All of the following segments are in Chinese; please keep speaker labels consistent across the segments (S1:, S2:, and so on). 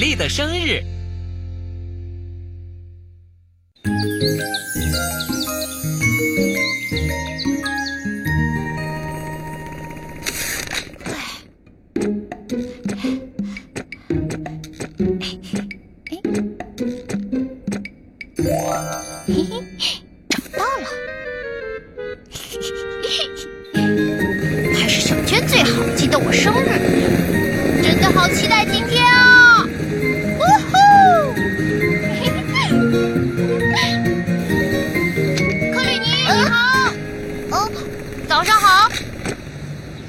S1: 丽的生日。
S2: 嘿嘿，找到了，还是小娟最好，记得我生日，真的好期待今天啊！呜呼！ 克里尼，你好。哦，早上好。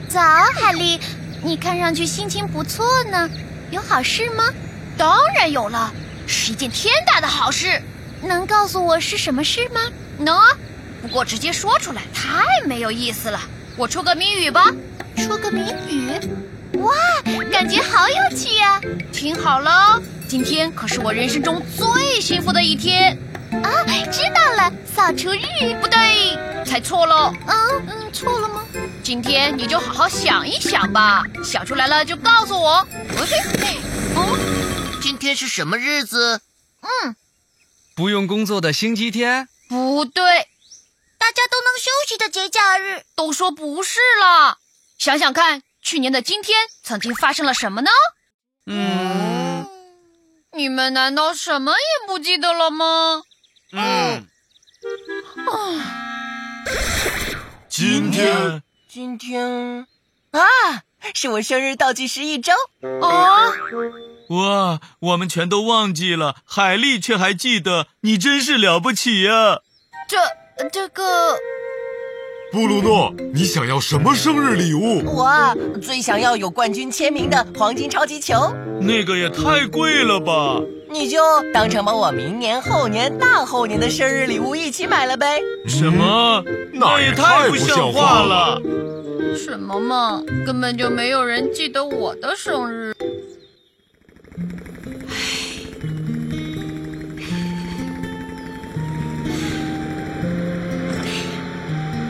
S2: 早，海莉，你看上去心情不错呢，有好事吗？当然有了，是一件天大的好事。能告诉我是什么事吗？能啊，不过直接说出来太没有意思了。我出个谜语吧。出个谜语？哇，感觉好有趣呀、听好了哦，今天可是我人生中最幸福的一天。啊，知道了，扫除日。不对，猜错喽。嗯嗯，错了吗？今天你就好好想一想吧，想出来了就告诉我。嗯
S3: 今天是什么日子？
S2: 嗯，
S4: 不用工作的星期天，
S2: 不对。
S5: 大家都能休息的节假日，
S2: 都说不是了。想想看，去年的今天曾经发生了什么呢？
S4: 嗯
S2: 你们难道什么也不记得了吗？
S4: 嗯，
S6: 今天
S3: 今天
S7: 啊，是我生日倒计时一周。
S5: 嗯
S2: 啊，
S6: 哇，我们全都忘记了，海丽却还记得，你真是了不起呀、
S2: 这这个
S8: 布鲁诺，你想要什么生日礼物？
S7: 我最想要有冠军签名的黄金超级球，
S6: 那个也太贵了吧！
S7: 你就当成把我明年、后年、大后年的生日礼物一起买了呗。
S6: 什么？
S4: 嗯
S8: 那
S6: 也
S8: 也
S6: 太
S8: 太
S6: 不
S8: 不
S6: 像
S8: 像
S6: 话
S8: 话
S6: 了
S8: 了！
S2: 什么嘛，根本就没有人记得我的生日。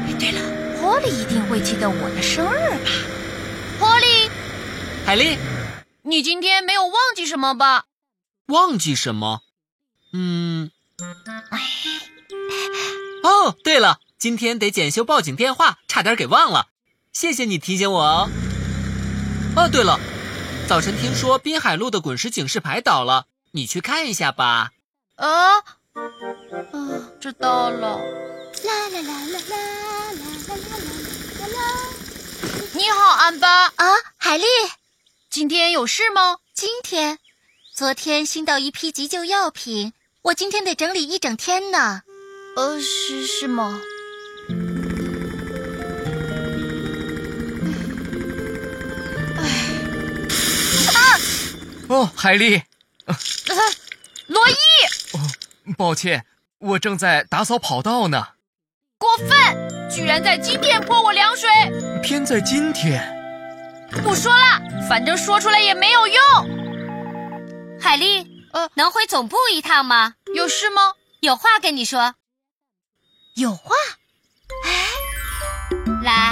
S2: 哎对了，波利一定会记得我的生日吧？波利，
S1: 海丽，
S2: 你今天没有忘记什么吧？
S1: 忘记什么？嗯，哦，对了，今天得检修报警电话，差点给忘了。谢谢你提醒我哦。哦，对了，早晨听说滨海路的滚石警示牌倒了，你去看一下吧。
S2: 啊，啊，知道了。
S5: 啦啦啦啦啦啦啦啦啦啦
S2: 你好，安巴，
S5: 啦！啊，海丽，
S2: 今天有事吗？
S5: 今天，昨天新到一批急救药品，我今天得整理一整天呢。
S2: 呃，是是吗？
S4: 哦，海丽，
S2: 呃、罗伊，
S4: 抱歉，我正在打扫跑道呢。
S2: 过分，居然在今天泼我凉水！
S4: 偏在今天，
S2: 不说了，反正说出来也没有用。
S5: 海丽，
S2: 呃，
S5: 能回总部一趟吗？
S2: 有事吗？
S5: 有话跟你说。
S2: 有话，哎
S5: 来，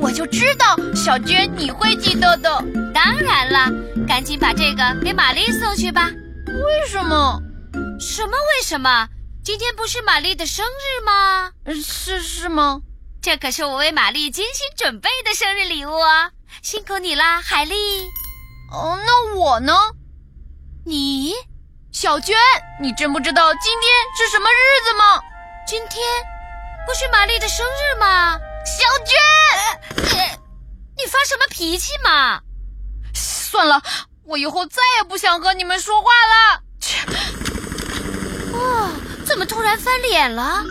S2: 我就知道小娟你会记得的。
S5: 当然了，赶紧把这个给玛丽送去吧。
S2: 为什么？
S5: 什么？为什么？今天不是玛丽的生日吗？
S2: 呃是是吗？
S5: 这可是我为玛丽精心准备的生日礼物啊！辛苦你啦，海丽。
S2: 哦，那我呢？
S5: 你
S2: 小娟，你真不知道今天是什么日子吗？
S5: 今天不是玛丽的生日吗？
S2: 小娟，
S5: 你发什么脾气嘛？
S2: 算了，我以后再也不想和你们说话了。切
S5: 哦怎么突然翻脸了？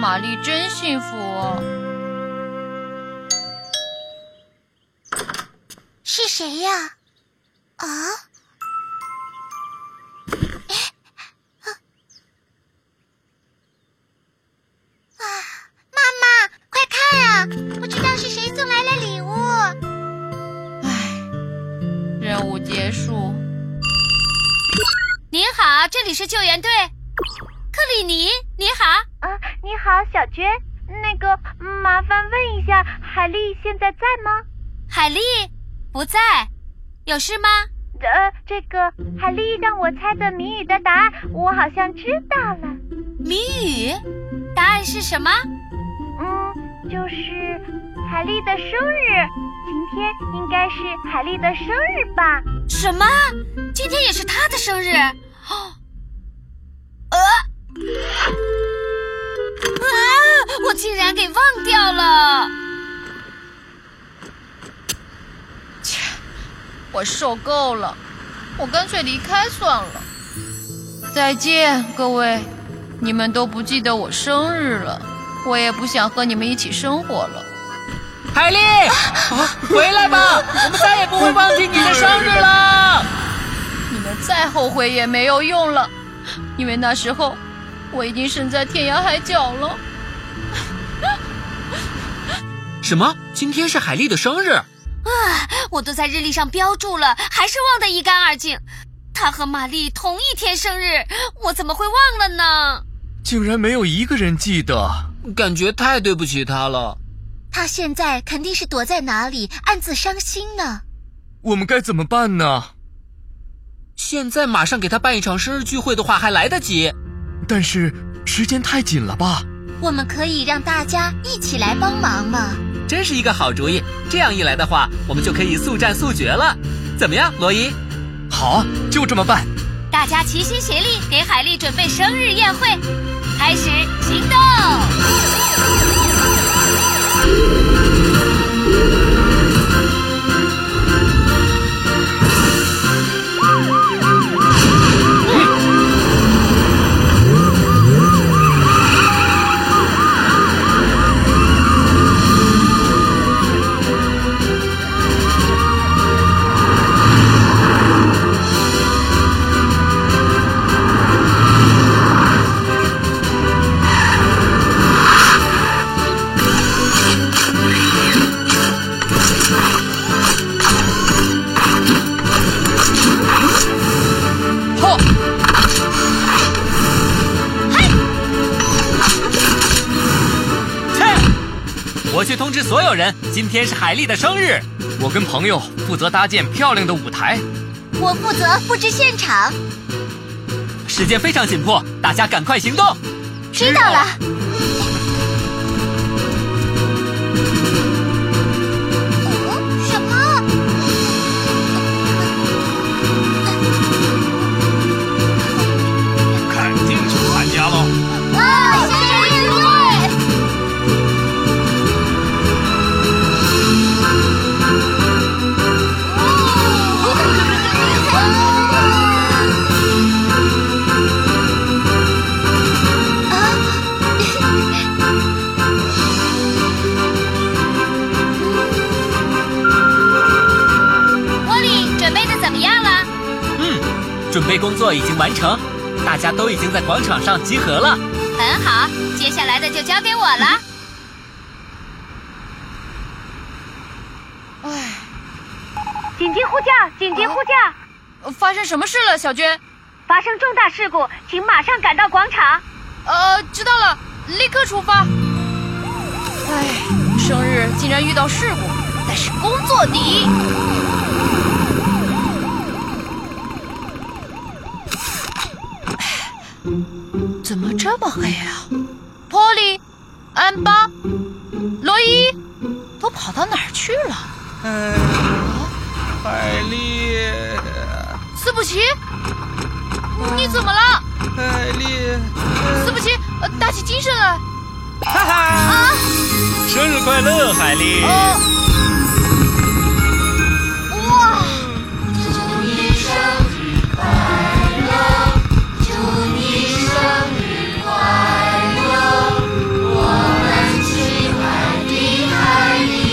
S2: 玛丽真幸福哦。
S5: 是谁呀？啊？妈妈，快看啊！不知道是谁送来了礼物。
S2: 任务结束。
S5: 您好，这里是救援队。克里尼，您好。啊，你好，小娟。那个，麻烦问一下，海丽现在在吗？海丽不在，有事吗？
S9: 呃，这个海丽让我猜的谜语的答案，我好像知道了。
S5: 谜语，答案是什么？
S9: 嗯，就是海丽的生日，今天应该是海丽的生日吧？
S5: 什么？今天也是她的生日？哦，呃，啊！我竟然给忘掉了。
S2: 切，我受够了，我干脆离开算了。再见，各位，你们都不记得我生日了，我也不想和你们一起生活了。
S1: 海丽，啊回来 吧，我们再也不会忘记你的生日了。
S2: 你们再后悔也没有用了，因为那时候我已经身在天涯海角了。
S1: 什么？今天是海丽的生日？
S5: 我都在日历上标注了，还是忘得一干二净。他和玛丽同一天生日，我怎么会忘了呢？
S4: 竟然没有一个人记得。
S1: 感觉太对不起她了。
S5: 他现在肯定是躲在哪里暗自伤心呢。
S4: 我们该怎么办呢？
S1: 现在马上给她办一场生日聚会的话，还来得及。
S4: 但是时间太紧了吧？
S5: 我们可以让大家一起来帮忙嘛。
S1: 真是一个好主意。这样一来的话，我们就可以速战速决了。怎么样，罗伊？
S4: 好，就这么办。
S5: 大家齐心协力给海丽准备生日宴会，开始行动！
S1: 我去通知所有人，今天是海丽的生日。
S4: 我跟朋友负责搭建漂亮的舞台，
S5: 我负责布置现场。
S1: 时间非常紧迫，大家赶快行动。
S5: 知道了。哦，什么？
S6: 肯定是参加喽。
S5: 啊，生日聚会！茉莉准备的怎么样了？
S1: 嗯，准备工作已经完成，大家都已经在广场上集合了。
S5: 很好，接下来的就交给我了。
S9: 紧急呼叫！紧急呼叫！
S2: 呃发生什么事了，小娟？
S9: 发生重大事故，请马上赶到广场。
S2: 呃，知道了，立刻出发。哎，生日竟然遇到事故，但是工作第一。哎怎么这么黑啊？波利、安巴、罗伊都跑到哪儿去了？
S6: 海丽，
S2: 斯普奇，你怎么了？
S6: 海丽，
S2: 斯普奇，呃打起精神来。
S6: 哈哈！生日快乐，海丽！
S1: 哦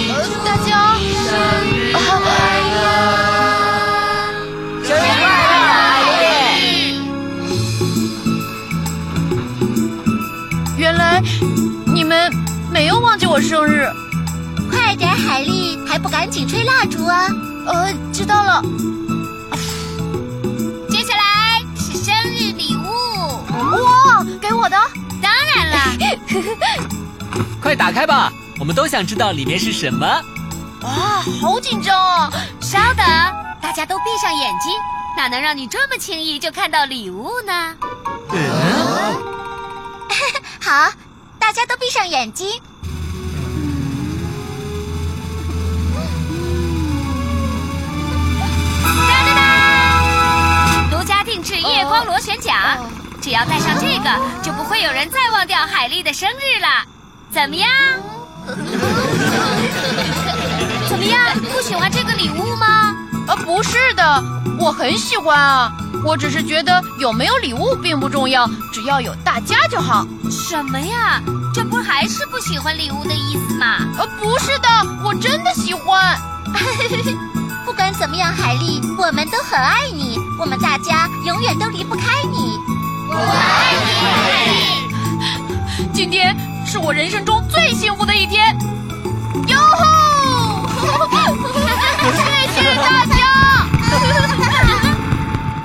S2: 呃，大家生日快乐！原来你们没有忘记我生日，
S5: 快点，海丽，还不赶紧吹蜡烛啊！
S2: 呃，知道了。
S5: 接下来是生日礼物，
S9: 哦
S2: 哇，给我的，
S5: 当然啦，
S1: 快打开吧，我们都想知道里面是什么。
S2: 啊，好紧张啊！
S5: 哦稍等，大家都闭上眼睛，哪能让你这么轻易就看到礼物呢？
S2: 好，大家都闭上眼睛。
S5: 独家定制夜光螺旋桨，
S2: 哦
S5: 只要戴上这个，就不会有人再忘掉海丽的生日了。怎么样？
S2: 嗯
S5: 怎么样？不喜欢这个礼物吗？
S2: 啊，不是的，我很喜欢啊。我只是觉得有没有礼物并不重要，只要有大家就好。
S5: 什么呀？这不还是不喜欢礼物的意思吗？
S2: 啊，不是的，我真的喜欢。
S10: 不管怎么样，海丽，我们都很爱你，我们大家永远都离不开你。
S2: 我爱你，海丽。今天是我人生中最幸福的一天。哟吼！
S10: 哦